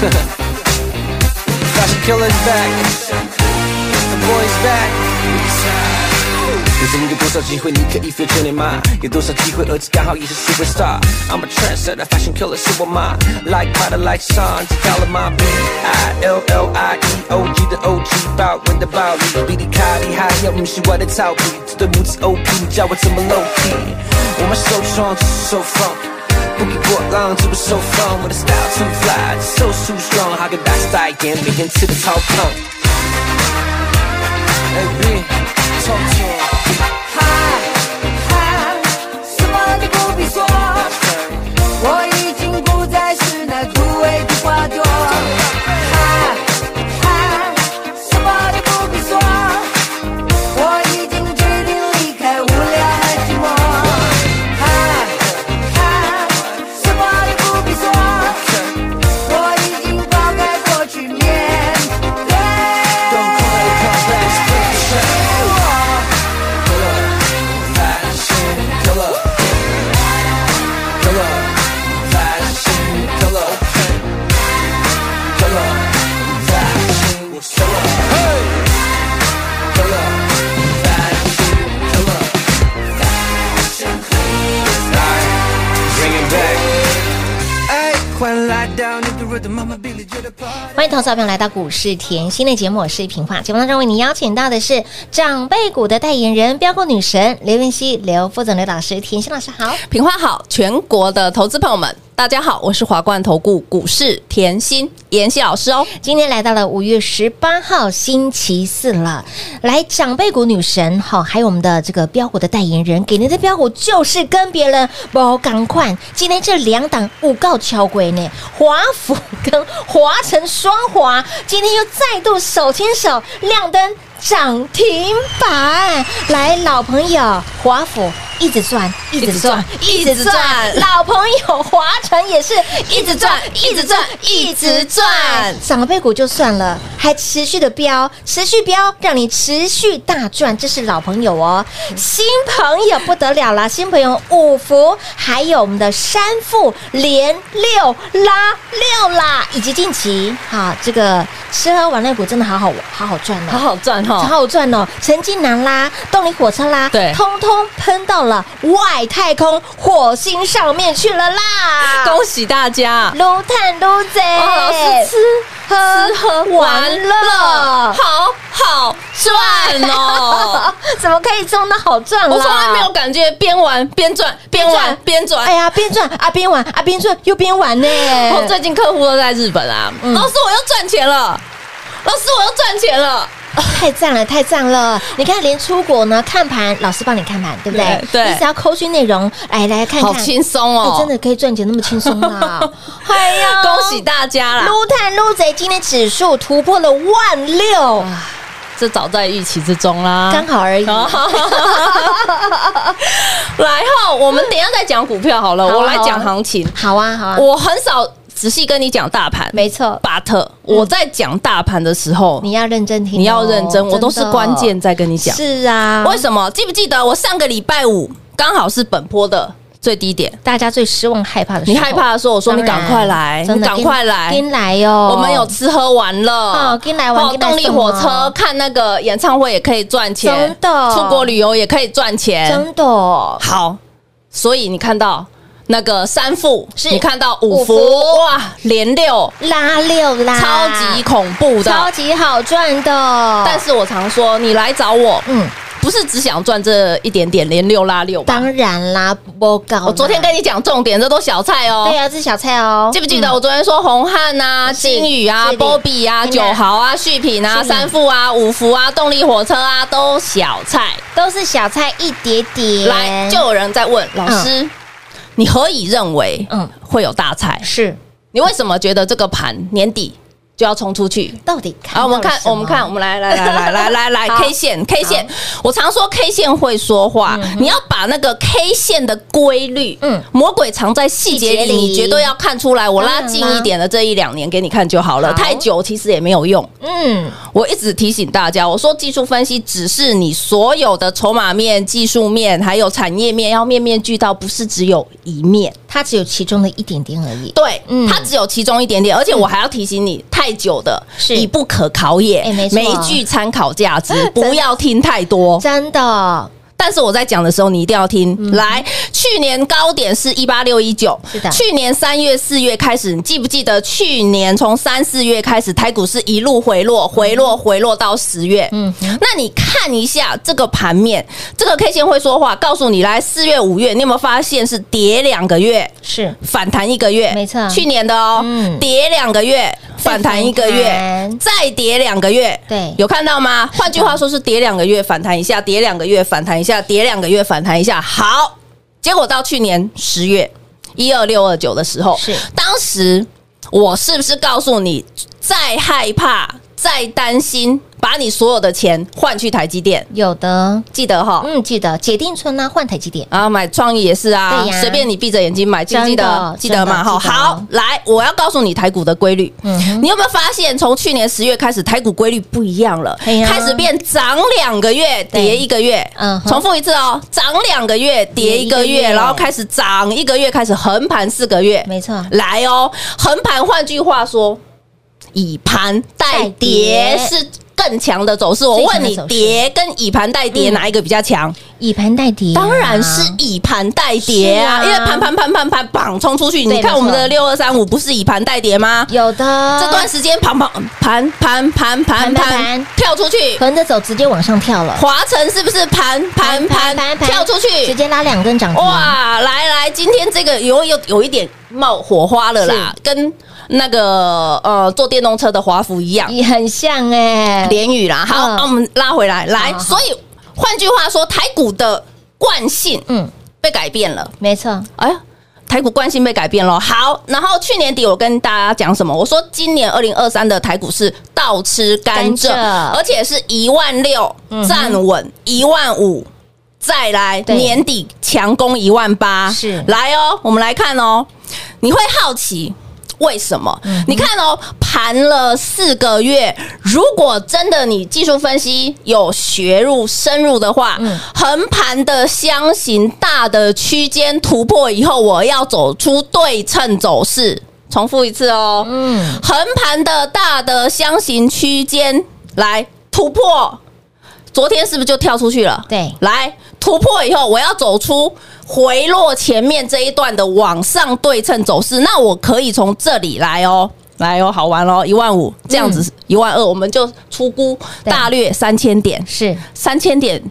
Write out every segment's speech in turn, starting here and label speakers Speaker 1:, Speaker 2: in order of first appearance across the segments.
Speaker 1: Fashion killer's back. The boy's back. 人生有多少机会你可以 feature 你吗？有多少机会儿子刚好也是 super star。I'm a trendsetter, fashion killer 是我妈。Like butter, like sun，知道了吗？B I L L I E O G 的 O G，把文的暴力，比你卡厉害，要不是我的草皮，这对母子 O P，你叫我怎么 low key？我们受创只是受放。不给波浪，这不受放。我的 style too fly，so too strong，好个大时代，眼每天吃的超胖。哎，B，超重。
Speaker 2: 嗨嗨，什么都不必说，我已经不再是那枯萎的花朵。嗨嗨，什么都不必说，我已经决定离开无聊和寂寞。嗨嗨，什么都不必说，我已经抛开过去面对。
Speaker 1: Don't call it complex, it's a killer. Fashion killer. Killer. Fashion killer. Killer. Fashion killer. Hey! Killer. Fashion killer. Alright, bring it back. Hey, quite lie down if the rhythm of my Billy Joel apart.
Speaker 3: 欢迎投资者朋友来到股市甜心的节目，我是平化。节目当中为您邀请到的是长辈股的代言人标股女神刘云熙、刘副总、刘老师、甜心老师好。
Speaker 4: 品花好，全国的投资朋友们，大家好，我是华冠投顾股市甜心妍希老师哦。
Speaker 3: 今天来到了五月十八号星期四了，来长辈股女神哈，还有我们的这个标股的代言人，给您的标股就是跟别人不赶快。今天这两档五告敲鬼呢，华府跟华晨双华今天又再度手牵手亮灯。涨停板，来，老朋友，华府一直赚，一直赚，
Speaker 4: 一直赚
Speaker 3: 老朋友华晨也是一直赚，
Speaker 4: 一直赚一直赚
Speaker 3: 长辈股就算了，还持续的飙，持续飙，让你持续大赚，这是老朋友哦，新朋友不得了啦，新朋友五福，还有我们的山富连六拉六啦，以及近期哈这个吃喝玩乐股真的好好好好赚哦，
Speaker 4: 好好赚
Speaker 3: 好
Speaker 4: 哦，
Speaker 3: 好赚哦！陈金南啦，动力火车啦，
Speaker 4: 对
Speaker 3: 通通喷到了外太空火星上面去了啦！
Speaker 4: 恭喜大家！
Speaker 3: 撸碳撸贼，
Speaker 4: 哦，老师吃
Speaker 3: 喝
Speaker 4: 吃喝玩乐，好好赚 哦！
Speaker 3: 怎么可以中到好赚啦
Speaker 4: 我从来没有感觉边玩边赚，边玩边赚
Speaker 3: 哎。呀，边赚啊边玩啊边赚又边玩呢！
Speaker 4: 我哦最近客户都在日本啊，
Speaker 3: 嗯
Speaker 4: 老师我又赚钱了，老师我又赚钱了。
Speaker 3: 太赞了，太赞了！你看，连出国呢看盘，老师帮你看盘，对不对？
Speaker 4: 对对
Speaker 3: 你只要抠讯内容，来来看看，
Speaker 4: 好轻松哦
Speaker 3: 哎真的可以赚钱那么轻松 啊！哎呀
Speaker 4: 恭喜大家啦！
Speaker 3: 撸探撸贼今天指数突破了万六，
Speaker 4: 啊这早在预期之中啦，
Speaker 3: 刚好而已。
Speaker 4: 啊来后，我们等一下再讲股票好了，
Speaker 3: 好啊
Speaker 4: 我来讲行情。
Speaker 3: 好啊，好啊，
Speaker 4: 我很少仔细跟你讲大盘
Speaker 3: 没错，嗯
Speaker 4: ，but 我在讲大盘的时候，
Speaker 3: 你要认真听哦，
Speaker 4: 你要认真，我都是
Speaker 3: 真的哦
Speaker 4: 关键在跟你讲。
Speaker 3: 是啊，
Speaker 4: 为什么？记不记得我上个礼拜五刚好是本坡的最低点？
Speaker 3: 大家最失望害怕的时候？
Speaker 4: 你害怕的时候，我说你
Speaker 3: 当然
Speaker 4: 赶快来，
Speaker 3: 真
Speaker 4: 你
Speaker 3: 的
Speaker 4: 赶快来，
Speaker 3: 跟来哦哟。
Speaker 4: 我们有吃喝玩乐，
Speaker 3: 哦跟来玩
Speaker 4: 哦
Speaker 3: 跟来
Speaker 4: 动力
Speaker 3: 送哦
Speaker 4: 火车，看那个演唱会也可以赚钱
Speaker 3: 真，的
Speaker 4: 出国旅游也可以赚钱。
Speaker 3: 真的哦
Speaker 4: 好，所以你看到那个三富，
Speaker 3: 是
Speaker 4: 你看到五福
Speaker 3: 五福
Speaker 4: 哇，连六，
Speaker 3: 拉六啦，
Speaker 4: 超级恐怖
Speaker 3: 超
Speaker 4: 的。
Speaker 3: 级好赚的。
Speaker 4: 但是我常说，你来找我，
Speaker 3: 嗯，
Speaker 4: 不是只想赚这一点点，连六拉六吧。
Speaker 3: 当然啦，不搞。
Speaker 4: 我昨天跟你讲重点，这都小菜哦。
Speaker 3: 对啊，这是小菜哦，
Speaker 4: 记不记得我昨天说红汉啊、
Speaker 3: 是
Speaker 4: 金宇啊
Speaker 3: 是、的
Speaker 4: 波比啊、
Speaker 3: 真的
Speaker 4: 九豪啊、旭品啊、
Speaker 3: 是的
Speaker 4: 三富啊、五福啊、动力火车啊，都小菜。
Speaker 3: 都是小菜一碟碟。
Speaker 4: 来，就有人在问老师，你何以认为
Speaker 3: 嗯
Speaker 4: 会有大菜？
Speaker 3: 是
Speaker 4: 你为什么觉得这个盘年底就要冲出去？
Speaker 3: 到底看
Speaker 4: 好，
Speaker 3: 到
Speaker 4: 我们
Speaker 3: 了
Speaker 4: 看，
Speaker 3: 什么
Speaker 4: 我们看，我们来来来来来来来
Speaker 3: 好
Speaker 4: K 线 K 线，我常说 K 线会说话，你要把那个 K 线的规律，
Speaker 3: 嗯
Speaker 4: 嗯，魔鬼藏在细节
Speaker 3: 细节
Speaker 4: 里，
Speaker 3: 里
Speaker 4: 你绝对要看出来。我
Speaker 3: 当
Speaker 4: 拉
Speaker 3: 然啦
Speaker 4: 近一点的这一两年给你看就好了，
Speaker 3: 好
Speaker 4: 太久其实也没有用。
Speaker 3: 嗯，
Speaker 4: 我一直提醒大家，我说技术分析只是你所有的筹码面、技术面还有产业面要面面俱到，不是只有一面。
Speaker 3: 它只有其中的一点点而已。
Speaker 4: 对，
Speaker 3: 嗯
Speaker 4: 它只有其中一点点，而且我还要提醒你，太久的
Speaker 3: 是
Speaker 4: 已不可考也
Speaker 3: 哎没，错，
Speaker 4: 没具参考价值不要听太多。
Speaker 3: 真的，哦嗯
Speaker 4: 但是我在讲的时候，你一定要听。来，去年高点是一八六一九，
Speaker 3: 是的
Speaker 4: 去年三月、四月开始，你记不记得？去年从三四月开始，台股是一路回落，
Speaker 3: 嗯
Speaker 4: 回落，回落到十月。嗯，那你看一下这个盘面，这个 K 线会说话，告诉你，来四月、五月，你有没有发现是跌两个月？
Speaker 3: 是
Speaker 4: 反弹一个月，
Speaker 3: 没错
Speaker 4: 去年的哦，
Speaker 3: 嗯
Speaker 4: 跌两个月，反弹一个月
Speaker 3: 反弹，
Speaker 4: 再跌两个月，
Speaker 3: 对
Speaker 4: 有看到吗？换句话说是跌两个月反弹一下，跌两个月反弹一下，跌两个月反弹一下，好，结果到去年十月一二六二九的时候，
Speaker 3: 是
Speaker 4: 当时我是不是告诉你，再害怕，再担心，把你所有的钱换去台积电，
Speaker 3: 有的。
Speaker 4: 记得哈？
Speaker 3: 嗯，记得解定存啊，换台积电。
Speaker 4: 啊，买创意也是啊
Speaker 3: 对呀，
Speaker 4: 随便你闭着眼睛买，记不
Speaker 3: 真
Speaker 4: 记得
Speaker 3: 的
Speaker 4: 记得嘛？
Speaker 3: 真的
Speaker 4: 哈，
Speaker 3: 记得嗯
Speaker 4: 好，来，我要告诉你台股的规律。你有没有发现，从去年十月开始，台股规律不一样了，
Speaker 3: 哎呀
Speaker 4: 开始变涨两个月，
Speaker 3: 对
Speaker 4: 跌一个月。
Speaker 3: 嗯哼
Speaker 4: 重复一次哦，涨两个月，跌一个
Speaker 3: 跌一个
Speaker 4: 月，
Speaker 3: 月哦
Speaker 4: 然后开始涨一个月，开始横盘四个月。
Speaker 3: 没错
Speaker 4: 来哦，横盘，换句话说，以盘带
Speaker 3: 带
Speaker 4: 跌
Speaker 3: 跌
Speaker 4: 是。更强的走势，我
Speaker 3: 最强
Speaker 4: 问
Speaker 3: 的
Speaker 4: 你
Speaker 3: 走，势
Speaker 4: 跌跟以盘带跌
Speaker 3: 嗯
Speaker 4: 哪一个比较强？
Speaker 3: 以盘代啊跌、
Speaker 4: 当然是以盘代跌啊，
Speaker 3: 是啊
Speaker 4: 因为盘盘盘盘盘绑冲出去，
Speaker 3: 对
Speaker 4: 你看我们的
Speaker 3: 没
Speaker 4: 六二三五不是以盘代跌吗？
Speaker 3: 有的。
Speaker 4: 这段时间盘盘盘盘盘
Speaker 3: 盘
Speaker 4: 盘
Speaker 3: 盘
Speaker 4: 盘跳出去，
Speaker 3: 横着走，直接往上跳了，
Speaker 4: 华晨是不是盘盘盘跳出
Speaker 3: 直
Speaker 4: 去？
Speaker 3: 接拉两根涨停。
Speaker 4: 哇，来来，今天这个有有有一点冒火花了啦，跟那个呃坐电动车的华孚一样，
Speaker 3: 也很像哎、
Speaker 4: 连雨嗯啦。嗯好，
Speaker 3: 嗯
Speaker 4: 那我们拉回来，来，
Speaker 3: 好好
Speaker 4: 所以换句话说，台股的惯性
Speaker 3: 嗯，
Speaker 4: 被改变了。
Speaker 3: 没错，
Speaker 4: 哎呀，台股惯性被改变了。好，然后去年底我跟大家讲什么？我说今年二零二三的台股是倒吃甘蔗，
Speaker 3: 甘蔗嗯
Speaker 4: 而且是一万六站稳，一万五。再来
Speaker 3: 对
Speaker 4: 年底强攻一万八，
Speaker 3: 是
Speaker 4: 来哦，我们来看哦，你会好奇为什么？
Speaker 3: 嗯
Speaker 4: 你看哦，盘了四个月，如果真的你技术分析有学入深入的话，
Speaker 3: 嗯
Speaker 4: 横盘的箱型大的区间突破以后，我要走出对称走势。重复一次哦，
Speaker 3: 嗯，
Speaker 4: 横盘的大的箱型区间来突破，昨天是不是就跳出去了？
Speaker 3: 对
Speaker 4: 来突破以后，我要走出回落前面这一段的往上对称走势，那我可以从这里来哦。来哦，好玩哦，一万五这样子，一万二，我们就出估
Speaker 3: 嗯对
Speaker 4: 大略三千点，
Speaker 3: 是
Speaker 4: 三千点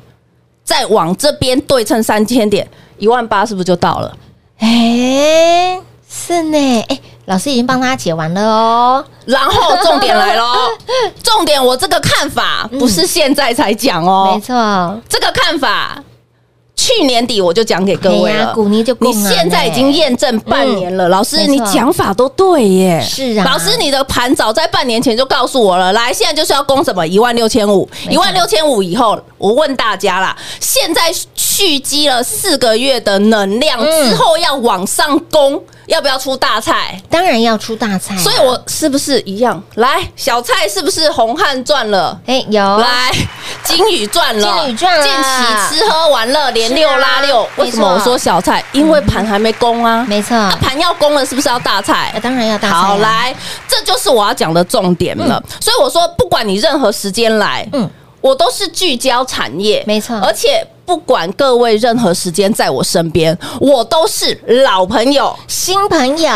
Speaker 4: 再往这边对称三千点，一万八是不是就到了？
Speaker 3: 哎、是呢，哎、老师已经帮大家解完了哦。
Speaker 4: 然后重点来喽， 重点我这个看法不是现在才讲哦，
Speaker 3: 嗯没错，
Speaker 4: 这个看法，去年底我就讲给各位
Speaker 3: 哎呀
Speaker 4: 了。
Speaker 3: 古尼就共
Speaker 4: 你
Speaker 3: 啊嗯
Speaker 4: 现在已经验证半年了，老师，
Speaker 3: 没
Speaker 4: 你
Speaker 3: 错
Speaker 4: 讲法都对耶。
Speaker 3: 是啊
Speaker 4: 老师，你的盘早在半年前就告诉我了。来，现在就是要攻什么一万六千五，
Speaker 3: 没
Speaker 4: 一
Speaker 3: 错
Speaker 4: 万六千五以后，我问大家啦，现在蓄积了四个月的能量
Speaker 3: 嗯
Speaker 4: 之后，要往上攻，要不要出大菜？
Speaker 3: 当然要出大菜啊、
Speaker 4: 所以我是不是一样？来，小蔡是不是红汉赚了？
Speaker 3: 哎、有
Speaker 4: 来，金宇赚了，
Speaker 3: 金宇赚了
Speaker 4: 近期吃喝玩乐连
Speaker 3: 是啊
Speaker 4: 六拉六，为
Speaker 3: 没
Speaker 4: 什么
Speaker 3: 错嗯
Speaker 4: 我说小菜？因为盘还没攻啊，
Speaker 3: 没错，
Speaker 4: 啊盘要攻了，是不是要大菜
Speaker 3: 啊？当然要大菜、啊。
Speaker 4: 好，来，这就是我要讲的重点了。所以我说，不管你任何时间来，
Speaker 3: 嗯
Speaker 4: 嗯，我都是聚焦产业，
Speaker 3: 没错
Speaker 4: 而且不管各位任何时间在我身边，我都是老朋友，
Speaker 3: 新朋友，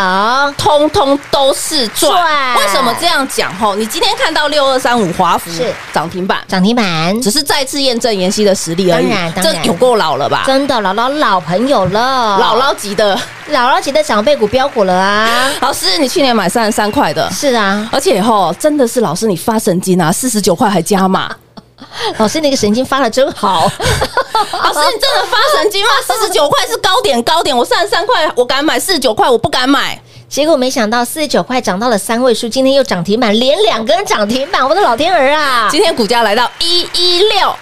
Speaker 4: 通通都是
Speaker 3: 赚
Speaker 4: 赚。为什么这样讲？吼，你今天看到六二三五华孚
Speaker 3: 是
Speaker 4: 涨停板，
Speaker 3: 涨停板，
Speaker 4: 只是再次验证妍希的实力而已
Speaker 3: 当然。当
Speaker 4: 这
Speaker 3: 然
Speaker 4: 有够老了吧？
Speaker 3: 真的姥姥老朋友了，
Speaker 4: 姥姥级的
Speaker 3: 姥姥级的长辈股标股了 啊。
Speaker 4: 老师，你去年买三十三块的，
Speaker 3: 是啊，
Speaker 4: 而且吼，真的是老师你发神经啊，四十九块还加码。
Speaker 3: 老师那个神经发的真 好，
Speaker 4: 老师，你真的发神经吗？四十九块是高点，高点，我三十三块我敢买，四十九块我不敢买。
Speaker 3: 结果没想到四十九块涨到了三位数，今天又涨停板，连两根涨停板，我的老天儿啊！
Speaker 4: 今天股价来到一一六，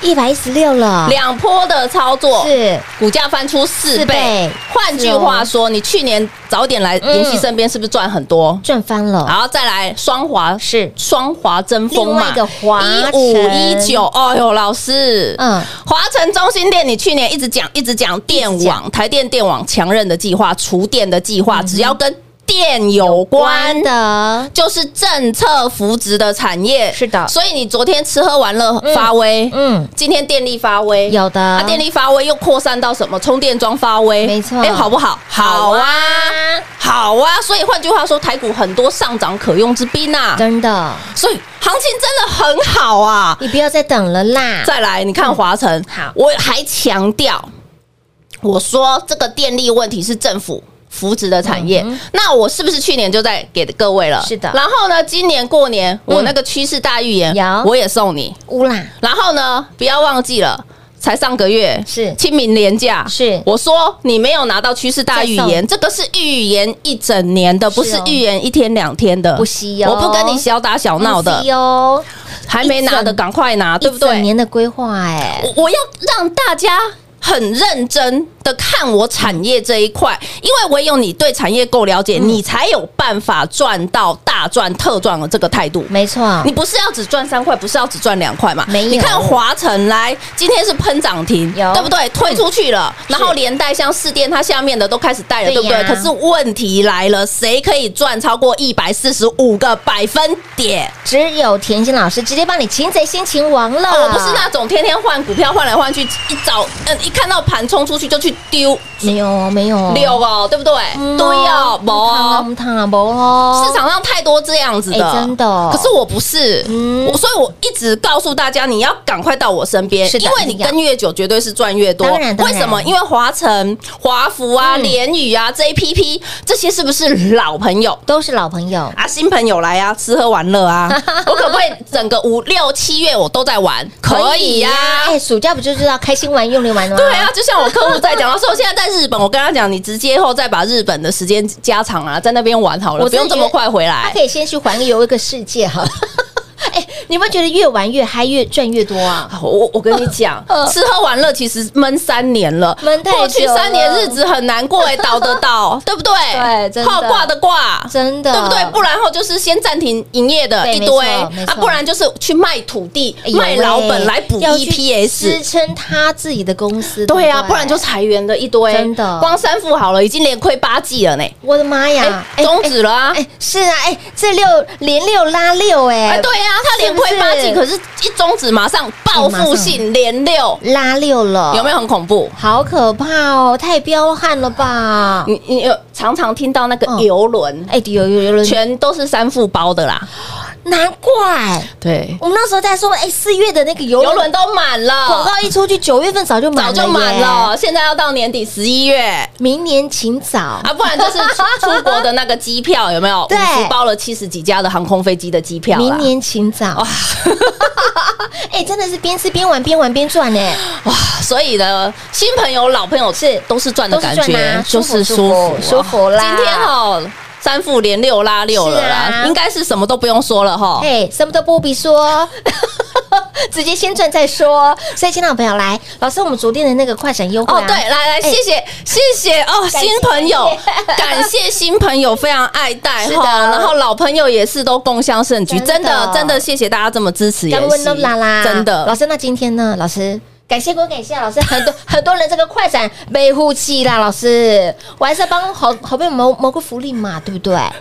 Speaker 3: 一百一十六了，
Speaker 4: 两波的操作
Speaker 3: 是
Speaker 4: 股价翻出四
Speaker 3: 四倍嗯
Speaker 4: 倍。换句话说，你去年早点来妍希身边，是不是赚很多？
Speaker 3: 赚翻了，
Speaker 4: 然后再来双华
Speaker 3: 是
Speaker 4: 双华争锋
Speaker 3: 另外
Speaker 4: 嘛
Speaker 3: 一个华
Speaker 4: 一
Speaker 3: 晨
Speaker 4: 五一九，哦呦老师，
Speaker 3: 嗯
Speaker 4: 嗯，华晨中心店你去年一直讲一直讲电网台电电网强韧的计划，厨电的计划，只要跟电有关
Speaker 3: 嗯关。的
Speaker 4: 就是政策扶植的产业，
Speaker 3: 是的
Speaker 4: 所以你昨天吃喝玩乐发威，
Speaker 3: 嗯
Speaker 4: 今天电力发威，
Speaker 3: 有的
Speaker 4: 啊，电力发威又扩散到什么充电桩发威，
Speaker 3: 没错
Speaker 4: 哎，好不好？好啊，好啊，所以换句话说，台股很多上涨可用之兵啊，
Speaker 3: 真的，
Speaker 4: 所以行情真的很好啊。
Speaker 3: 你不要再等了啦，
Speaker 4: 再来，你看华晨，
Speaker 3: 好
Speaker 4: 我还强调，我说这个电力问题是政府。扶植的产业，那我是不是去年就在给各位了？
Speaker 3: 嗯是的嗯
Speaker 4: 然后呢，今年过年我那个趋势大预言，
Speaker 3: 有
Speaker 4: 我也送你。
Speaker 3: 乌啦，
Speaker 4: 然后呢，不要忘记了。才上个月
Speaker 3: 是
Speaker 4: 清明廉假，
Speaker 3: 是
Speaker 4: 我说你没有拿到趋势大预言，这个是预言一整年的，不
Speaker 3: 是
Speaker 4: 是
Speaker 3: 哦
Speaker 4: 预言一天两天的，
Speaker 3: 不是哦
Speaker 4: 我不跟你小打小闹的，
Speaker 3: 哟，
Speaker 4: 还没拿
Speaker 3: 一
Speaker 4: 的
Speaker 3: 整
Speaker 4: 赶快拿，对
Speaker 3: 哦
Speaker 4: 不
Speaker 3: 一整
Speaker 4: 对？
Speaker 3: 年的规划哎，
Speaker 4: 我我要让大家很认真的看我产业这一块，因为唯有你对产业够了解，
Speaker 3: 嗯
Speaker 4: 你才有办法赚到大赚特赚的这个态度。
Speaker 3: 没错
Speaker 4: 你，不是要只赚三块，不是要只赚两块嘛？
Speaker 3: 没有
Speaker 4: 你看华晨来，今天是喷涨停，
Speaker 3: 有
Speaker 4: 对不对？推出去了，然后
Speaker 3: 是
Speaker 4: 连带像四店它下面的都开始带了，
Speaker 3: 对呀
Speaker 4: 对不对？可是问题来了，谁可以赚超过一百四十五个百分点？
Speaker 3: 只有甜心老师直接帮你擒贼先擒王了，
Speaker 4: 哦我不是那种天天换股票换来换去，一早嗯一看到盘冲出去就去丢
Speaker 3: 没有哦没有哦
Speaker 4: 溜哦，对不对？
Speaker 3: 嗯
Speaker 4: 对哦，没哦
Speaker 3: 汤汤无咯，
Speaker 4: 市场上太多这样子的，
Speaker 3: 哦哎真的哦
Speaker 4: 可是我不是，
Speaker 3: 嗯
Speaker 4: 我所以我一直告诉大家，你要赶快到我身边，
Speaker 3: 是的
Speaker 4: 因为你
Speaker 3: 一定要
Speaker 4: 跟越久，绝对是赚越多。
Speaker 3: 当然当
Speaker 4: 为
Speaker 3: 然
Speaker 4: 什么？因为华晨、华福啊、
Speaker 3: 嗯
Speaker 4: 联宇啊、JPP 这些是不是老朋友？
Speaker 3: 都是老朋友，
Speaker 4: 啊，新朋友来啊，吃喝玩 乐啊，我可不可以整个五六七月我都在玩？可以呀、
Speaker 3: 哎，暑假不就知道开心玩、用力玩吗？
Speaker 4: 对啊，，就像我客户在讲，他说我现在在日本，我跟他讲，你直接后再把日本的时间加长啊，在那边玩好了，
Speaker 3: 我
Speaker 4: 不
Speaker 3: 真的
Speaker 4: 用这么
Speaker 3: 觉得
Speaker 4: 快回
Speaker 3: 他
Speaker 4: 来。
Speaker 3: 可以先去环游一个世界哈。 哎，你们觉得越玩越嗨，越赚越多啊？
Speaker 4: 啊我我跟你讲
Speaker 3: 嗯，
Speaker 4: 吃喝玩乐其实闷三年了，
Speaker 3: 闷太久了
Speaker 4: 过去三年日子很难过哎，倒得 倒，对不对？
Speaker 3: 对真的
Speaker 4: 好挂的挂，
Speaker 3: 真的，
Speaker 4: 对不对？不然后就是先暂停营业的
Speaker 3: 对
Speaker 4: 一堆
Speaker 3: 没错没错
Speaker 4: 啊，不然就是去卖土地、
Speaker 3: 哎呦
Speaker 4: 卖老本来补
Speaker 3: 喂要去支
Speaker 4: EPS。
Speaker 3: 撑他自己的公司。啊
Speaker 4: 对呀、
Speaker 3: 不
Speaker 4: 不然就裁员的一堆，
Speaker 3: 真的
Speaker 4: 光三副好了，已经连亏八季了呢，
Speaker 3: 我的妈呀！
Speaker 4: 哎，终止了啊！
Speaker 3: 哎，是啊，哎，这六连六拉六，
Speaker 4: 哎，
Speaker 3: 哎，
Speaker 4: 对呀、他连亏八季，可是一终止马上报复
Speaker 3: 哎
Speaker 4: 性连六，
Speaker 3: 拉六了，
Speaker 4: 有没有很恐怖？
Speaker 3: 好可怕哦，太彪悍了吧！
Speaker 4: 你你有常常听到那个
Speaker 3: 嗯
Speaker 4: 游轮，
Speaker 3: 哎，有有有人，
Speaker 4: 全都是三副包的啦。
Speaker 3: 难怪
Speaker 4: 对，
Speaker 3: 我们那时候在说，哎，四月的那个游
Speaker 4: 游轮都满
Speaker 3: 广
Speaker 4: 了，
Speaker 3: 告一出去，九月份早就满
Speaker 4: 早
Speaker 3: 了，
Speaker 4: 就满，了，现在要到年底十一月
Speaker 3: 明年请早。
Speaker 4: 啊，不然就是 出出国的那个机票有没有？
Speaker 3: 对
Speaker 4: 五十包了七十几家的航空飞机的机票啦，
Speaker 3: 明年请早， 哎、真的是边吃边玩，边玩边赚呢、
Speaker 4: 哇，所以呢，新朋友、老朋友是都是赚的感
Speaker 3: 都是赚
Speaker 4: 觉
Speaker 3: 啊，
Speaker 4: 就是
Speaker 3: 舒
Speaker 4: 舒
Speaker 3: 服
Speaker 4: 服啊
Speaker 3: 舒服舒服啦
Speaker 4: 今天哦，三副连六拉六了
Speaker 3: 是
Speaker 4: 啦
Speaker 3: 啊，
Speaker 4: 应该是什么都不用说了哈。
Speaker 3: 哎、什么都不必说， 直接先赚再说。所以，亲爱的朋友，来，老师，我们昨天的那个快闪优惠、啊，
Speaker 4: 哦，对，来来，谢谢谢谢哦，
Speaker 3: 谢
Speaker 4: 新朋友， 感谢新朋友，非常爱戴
Speaker 3: 是的
Speaker 4: 哈，然后老朋友也是都共襄盛举，
Speaker 3: 真
Speaker 4: 真
Speaker 3: 的
Speaker 4: 的真的谢谢大家这么支持妍
Speaker 3: 干温
Speaker 4: 希
Speaker 3: 都啦啦，
Speaker 4: 真
Speaker 3: 老
Speaker 4: 的。
Speaker 3: 师，那今天呢？老师。感谢归感谢，啊老师很多 很多人这个快闪被护气啦，老师，我还是要帮好好朋友谋谋个福利嘛，对不对？哎、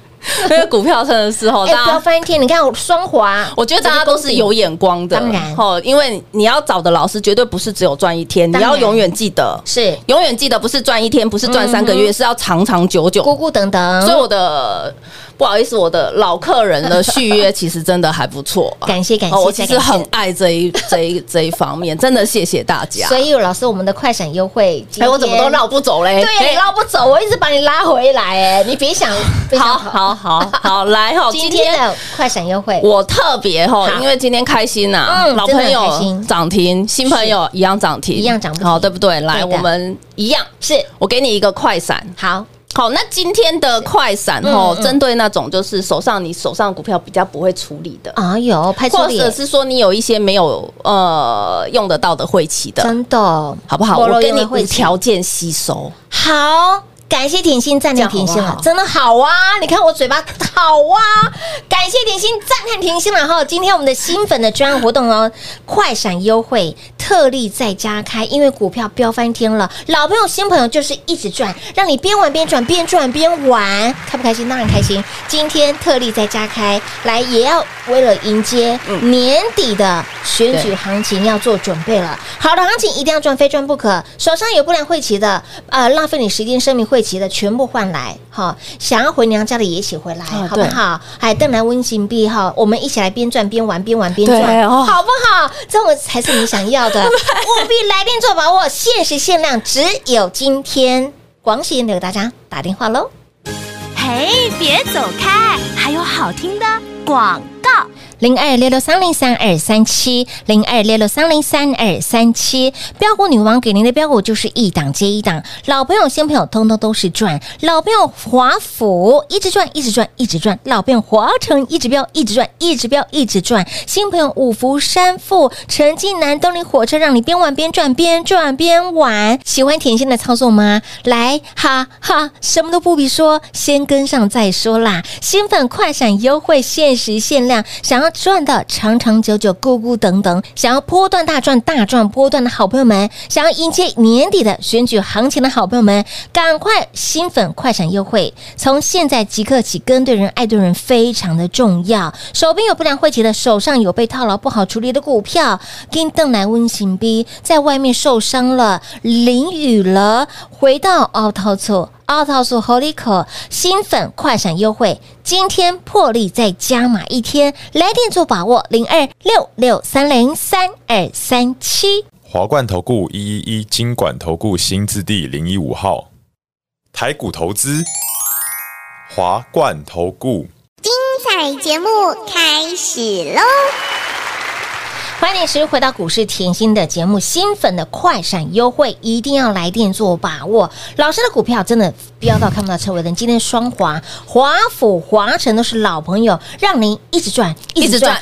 Speaker 4: 那个股票真的是哦，大
Speaker 3: 不要
Speaker 4: 家。
Speaker 3: 翻天，你看我双滑，
Speaker 4: 我觉得大家都是有眼光的，
Speaker 3: 当然
Speaker 4: 哦，因为你要找的老师绝对不是只有赚一天，你
Speaker 3: 当然
Speaker 4: 要永远记得，
Speaker 3: 是
Speaker 4: 永远记得不是赚一天，不是赚三
Speaker 3: 嗯
Speaker 4: 个月，是要长长久久。
Speaker 3: 姑姑等等，
Speaker 4: 所以我的不好意思，我的老客人的续约其实真的还不错啊，
Speaker 3: 感谢哎感谢
Speaker 4: 哦我
Speaker 3: 再
Speaker 4: 其实
Speaker 3: 感谢
Speaker 4: 很爱这 一这一这一方面，真的谢谢大家
Speaker 3: 所。以老师，我们的快闪优惠，
Speaker 4: 哎，我怎么都绕不走嘞？
Speaker 3: 对呀，你
Speaker 4: 哎
Speaker 3: 绕不走，我一直把你拉回来，哎，你别 想，别想
Speaker 4: 好
Speaker 3: 跑
Speaker 4: 好好好，来哈，
Speaker 3: 今
Speaker 4: 今
Speaker 3: 天
Speaker 4: 天。
Speaker 3: 的快闪优惠，
Speaker 4: 我特别哈
Speaker 3: 好，
Speaker 4: 因为今天开心呐
Speaker 3: 嗯，
Speaker 4: 老朋
Speaker 3: 真的很开
Speaker 4: 友
Speaker 3: 心
Speaker 4: 涨停，新朋友一样涨停，
Speaker 3: 一样涨不停
Speaker 4: 好对不对？来，
Speaker 3: 对的
Speaker 4: 我们一样，
Speaker 3: 是
Speaker 4: 我给你一个快闪，
Speaker 3: 好
Speaker 4: 好，那今天的快闪
Speaker 3: 嗯
Speaker 4: 哦，
Speaker 3: 嗯
Speaker 4: 针对那种就是手上你手上的股票比较不会处理的，
Speaker 3: 哎呦，拍错
Speaker 4: 或者
Speaker 3: 脸，
Speaker 4: 是说你有一些没有呃用得到的晦气的，
Speaker 3: 真的
Speaker 4: 好不好？
Speaker 3: 没
Speaker 4: 我
Speaker 3: 有
Speaker 4: 跟你
Speaker 3: 用的晦
Speaker 4: 无
Speaker 3: 气
Speaker 4: 条件吸收，
Speaker 3: 好。感谢甜心赞叹甜心
Speaker 4: 这样
Speaker 3: 了
Speaker 4: 好不，好
Speaker 3: 真的好啊！你看我嘴巴好啊！感谢甜心赞叹甜心了哈。今天我们的新粉的专案活动哦，快闪优惠特例再加开，因为股票飙翻天了，老朋友新朋友就是一直赚，让你边玩边赚，边赚边玩，开不开心？当然开心。今天特例再加开，来也要为了迎接年底的选举
Speaker 4: 对
Speaker 3: 行情要做准备了。好的行情一定要赚，非赚不可。手上有不良晦气的，呃，浪费你时间生命晦气的，全部换来。好、想要回娘家的也一起回来，
Speaker 4: 啊
Speaker 3: 好不好？哎，邓来温情币哈，我们一起来边赚边玩，边玩边
Speaker 4: 对
Speaker 3: 赚，
Speaker 4: 哦
Speaker 3: 好不好？这我才是你想要的，务必来电做把握，限时限量，只有今天。广喜给大家打电话喽。
Speaker 5: 嘿，别走开，还有好听的广告。
Speaker 3: 零二六六三零三二三七，零二六六三零三二三七，标股女王给您的标股就是一档接一档，老朋友、新朋友通通都是赚，老朋友华府一直赚，一直赚，一直赚，老朋友华城一直飙，一直赚，一直飙，一直赚，新朋友五福山富、陈近南、动力火车，让你边玩边赚，边赚边玩。喜欢甜心的操作吗？来，哈哈，什么都不必说，先跟上再说啦。新粉快闪优惠，限时限量，想要赚的长长久久、咕咕等等，想要波段大赚、大赚波段的好朋友们，想要迎接年底的选举行情的好朋友们，赶快新粉快闪优惠，从现在即刻起，跟对人、爱对人非常的重要。手边有不良汇集的，手上有被套牢不好处理的股票，跟邓来温情逼，在外面受伤了、淋雨了，回到凹套厝。奥套素 Holy 口新粉快闪优惠，今天破例再加码一天，来电做把握零二六六三零三二三七。
Speaker 6: 华冠投顾一一一金管投顾新字第零一五号，台股投资，华冠投顾。
Speaker 7: 彩节目开始喽！
Speaker 3: 欢迎时回到股市甜心的节目，新粉的快闪优惠一定要来电做把握。老师的股票真的飙到看不到车尾灯，今天双华、华府、华晨都是老朋友，让您一直赚，
Speaker 4: 一直赚，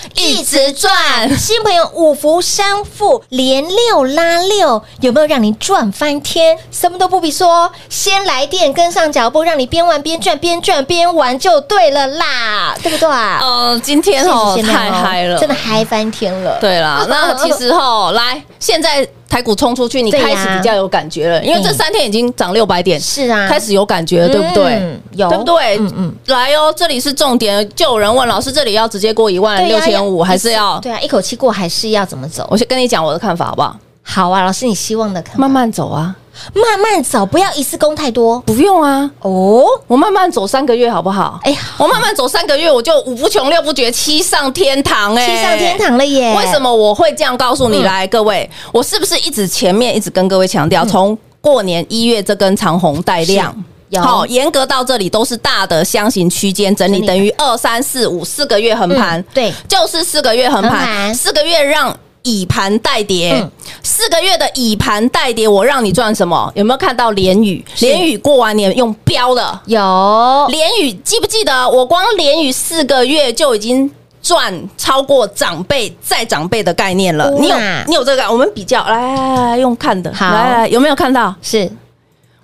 Speaker 3: 新朋友五福三富连六拉六，有没有让你赚翻天？什么都不必说，先来电跟上脚步，让你边玩边赚，边赚边玩就对了啦，对不对？哦，
Speaker 4: 呃，今天哦
Speaker 3: 谢谢
Speaker 4: 太嗨了，
Speaker 3: 真的嗨翻天了。
Speaker 4: 对 啦，那其实吼，来，现在台股冲出去，你
Speaker 3: 对呀
Speaker 4: 开始比较有感觉了，因为这
Speaker 3: 嗯
Speaker 4: 三天已经涨六百点，
Speaker 3: 是啊，
Speaker 4: 开始有感觉了，对不对
Speaker 3: 嗯？有
Speaker 4: 对不对？
Speaker 3: 嗯
Speaker 4: 嗯
Speaker 3: 嗯
Speaker 4: 嗯，来哦，这里是重点，就有人问老师，这里要直接过一万
Speaker 3: 对
Speaker 4: 呃六
Speaker 3: 呀
Speaker 4: 千五，
Speaker 3: 要
Speaker 4: 还是要？
Speaker 3: 对啊，一口气过还是要怎么走
Speaker 4: 我？先跟你讲我的看法好不好？
Speaker 3: 好啊，老师，你希望的看法
Speaker 4: 慢慢走啊，
Speaker 3: 慢慢走，不要一次攻太多
Speaker 4: 不用啊，
Speaker 3: 哦。
Speaker 4: 我慢慢走三个月好不好？
Speaker 3: 哎，
Speaker 4: 我慢慢走三个月，我就五不穷六不绝，七上天堂哎、
Speaker 3: 七上天堂了耶！嗯
Speaker 4: 为什么我会这样告诉你？来，各位，我是不是一直前面一直跟各位强调，从过年一月这根长红带量
Speaker 3: 是。有
Speaker 4: 好，严格到这里都是大的箱型区间整理，
Speaker 3: 整理
Speaker 4: 等于二三四五四个月横盘
Speaker 3: 嗯，对
Speaker 4: 就是四个月横
Speaker 3: 横
Speaker 4: 盘，
Speaker 3: 盘
Speaker 4: 四个月让以盘带跌
Speaker 3: 嗯，
Speaker 4: 四个月的以盘带跌，我让你赚什么？有没有看到连雨？连雨过完年用标的，
Speaker 3: 有？
Speaker 4: 连雨记不记得？我光连雨四个月就已经赚超过长辈再长辈的概念了。
Speaker 3: 哇
Speaker 4: 你有你有这个感？我们比较来来来来用看的，
Speaker 3: 好
Speaker 4: 来来有没有看到？
Speaker 3: 是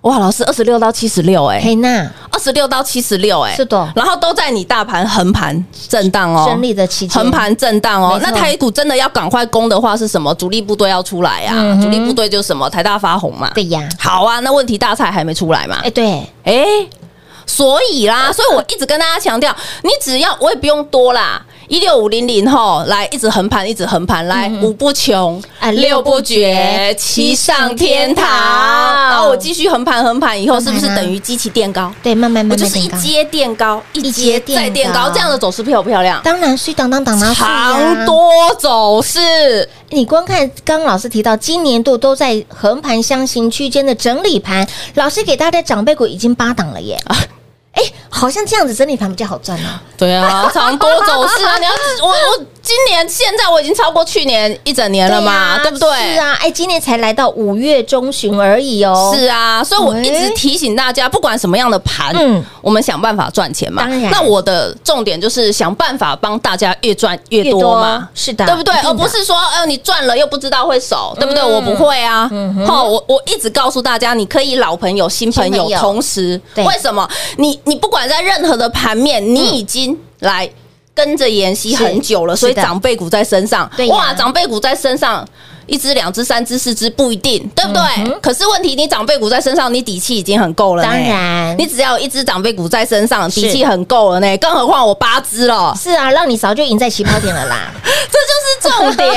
Speaker 4: 哇，老师二十六到七十六，哎，
Speaker 3: 黑娜
Speaker 4: 二十六到七十六，哎，
Speaker 3: 是的
Speaker 4: 然后都在你大盘横盘震荡哦，
Speaker 3: 胜利的期间，
Speaker 4: 横盘震荡哦
Speaker 3: 没，错
Speaker 4: 那台股真的要赶快攻的话是什么？主力部队要出来呀、啊，
Speaker 3: 嗯哼
Speaker 4: 主力部队就是什么台大发红嘛。
Speaker 3: 对呀，
Speaker 4: 好啊，那问题大菜还没出来嘛？
Speaker 3: 哎对，
Speaker 4: 哎、所以啦，所以我一直跟大家强调，你只要我也不用多啦，一六五零零吼，来一直横盘，一直横盘，来五不穷
Speaker 3: 啊
Speaker 4: 嗯六不绝，七上天堂。嗯然后我继续横盘横盘，以后是不是
Speaker 3: 横盘啊
Speaker 4: 等于基期垫高？
Speaker 3: 对，慢慢
Speaker 4: 我
Speaker 3: 慢
Speaker 4: 就
Speaker 3: 慢
Speaker 4: 是一
Speaker 3: 变高。
Speaker 4: 阶垫高，一
Speaker 3: 一阶
Speaker 4: 阶
Speaker 3: 垫
Speaker 4: 再垫高，
Speaker 3: 高
Speaker 4: 这样的走势漂不漂亮？
Speaker 3: 当然，虽当当当当，
Speaker 4: 啊长多走势，
Speaker 3: 你光看刚刚老师提到，今年度都在横盘
Speaker 4: 啊
Speaker 3: 箱型区间的整理盘，老师给大家长辈股已经八档了耶！哎、好像这样子整理盘比较好赚哦。
Speaker 4: 对 啊，常多走势啊！你要我我今年现在我已经超过去年一整年了嘛，哎对
Speaker 3: 对呀
Speaker 4: 不对？
Speaker 3: 是啊，哎，今年才来到五月中旬而已哦。
Speaker 4: 是啊，所以我一直提醒大家，不管什么样的盘，
Speaker 3: 嗯
Speaker 4: 我们想办法赚钱嘛。
Speaker 3: 当然
Speaker 4: 那我的重点就是想办法帮大家越赚越
Speaker 3: 越
Speaker 4: 多嘛。
Speaker 3: 啊是的，
Speaker 4: 对不对？
Speaker 3: 一定的
Speaker 4: 而不是说，呃，你赚了又不知道会守，对不对？
Speaker 3: 嗯
Speaker 4: 我不会啊。好，我我一直告诉大家，你可以老朋友、新朋
Speaker 3: 新
Speaker 4: 友
Speaker 3: 朋友
Speaker 4: 同时。
Speaker 3: 对
Speaker 4: 为什么？你你不管在任何的盘面，你已经来跟着妍希
Speaker 3: 是
Speaker 4: 很久了，
Speaker 3: 是
Speaker 4: 所以
Speaker 3: 的
Speaker 4: 长辈股在身上
Speaker 3: 对，呀
Speaker 4: 哇，长辈股在身上。一只、两只、三只、四只不一定，对不对？可是问题，你长辈股在身上，你底气已经很够了呢。
Speaker 3: 嗯当然
Speaker 4: 你只要有一只长辈股在身上，
Speaker 3: 是
Speaker 4: 底气很够了呢。更何况我八只了，
Speaker 3: 是啊，让你早就赢在起跑点了 啦。
Speaker 4: 这就是 重点，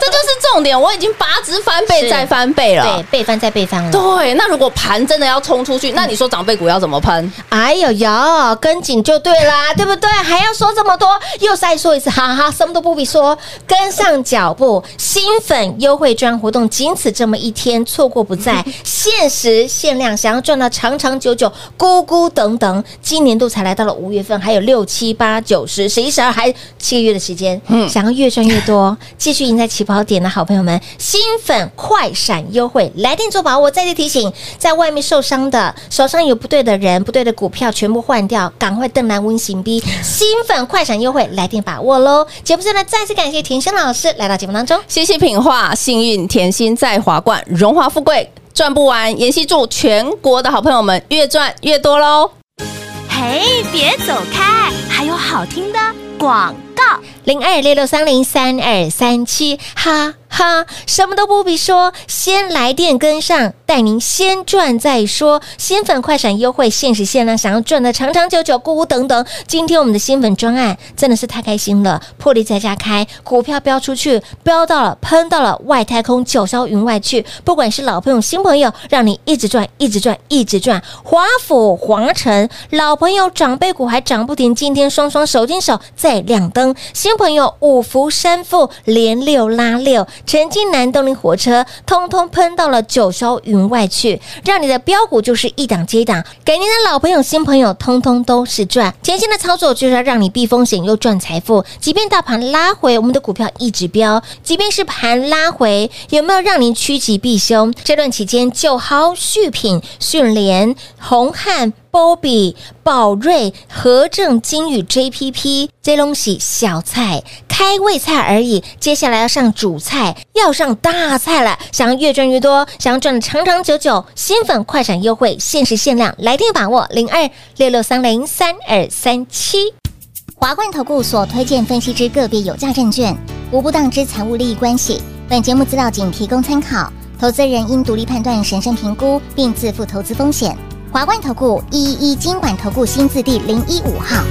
Speaker 4: 这就是重点。我已经八只翻倍
Speaker 3: 是
Speaker 4: 再翻倍
Speaker 3: 对
Speaker 4: 了。，
Speaker 3: 被翻再被翻了。
Speaker 4: 对，那如果盘真的要冲出去，那你说长辈股要怎么喷？
Speaker 3: 哎呦呦，跟紧就对啦，对不对？还要说这么多，又再说一次，哈哈，什么都不必说，跟上脚步，新粉优惠专活动，仅此这么一天，错过不再，限时限量，想要赚到长长久久，咕咕等等，今年度才来到了五月份，还有六七八九十十一十二，还七个月的时间，想要越赚越多， 继续赢在起跑点的好朋友们，新粉快闪优惠，来电做把握。再次提醒，在外面受伤的、手上有不对的人、不对的股票，全部换掉，赶快登蓝温行 B，新粉快闪优惠，来电把握喽！节目最后呢，再次感谢田生老师来到节目当中。
Speaker 4: 谢谢品画，幸运甜心在华冠，荣华富贵赚不完。妍希祝全国的好朋友们越赚越多喽！
Speaker 5: 嘿，别走开，还有好听的广告。
Speaker 3: 零二六六三零三二三七，哈哈，什么都不必说，先来电跟上，带您先赚再说。新粉快闪优惠，限时限量，想要赚的长长久久，咕咕等等。今天我们的新粉专案真的是太开心了，破例在家开，股票飙出去，飙到了，喷到了外太空，九霄云外去。不管是老朋友、新朋友，让你一直赚，一直赚，一直赚。华府、华晨，老朋友长辈股还涨不停，今天双双手牵手再亮灯。新朋友五福山富连六拉六，陈金南东林火车，通通喷到了九霄云外去，让你的标股就是一档接一档，给您的老朋友、新朋友，通通都是赚。甜心的操作就是要让你避风险又赚财富，即便大盘拉回，我们的股票一直飙，即便是盘拉回，有没有让您趋吉避凶？这段期间就好续品、迅联、红汉。Bobby、宝瑞、和正、金宇、JPP 这东西小菜，开胃菜而已。接下来要上主菜，要上大菜了。想要越赚越多，想要赚的长长久久，新粉快闪优惠，限时限量，来电把握零二六六三零三二三七。
Speaker 7: 华冠投顾所推荐分析之个别有价证券，无不当之财务利益关系。本节目资料仅提供参考，投资人应独立判断、审慎评估，并自负投资风险。华冠投顾一一一金管投顾新字第零一五号。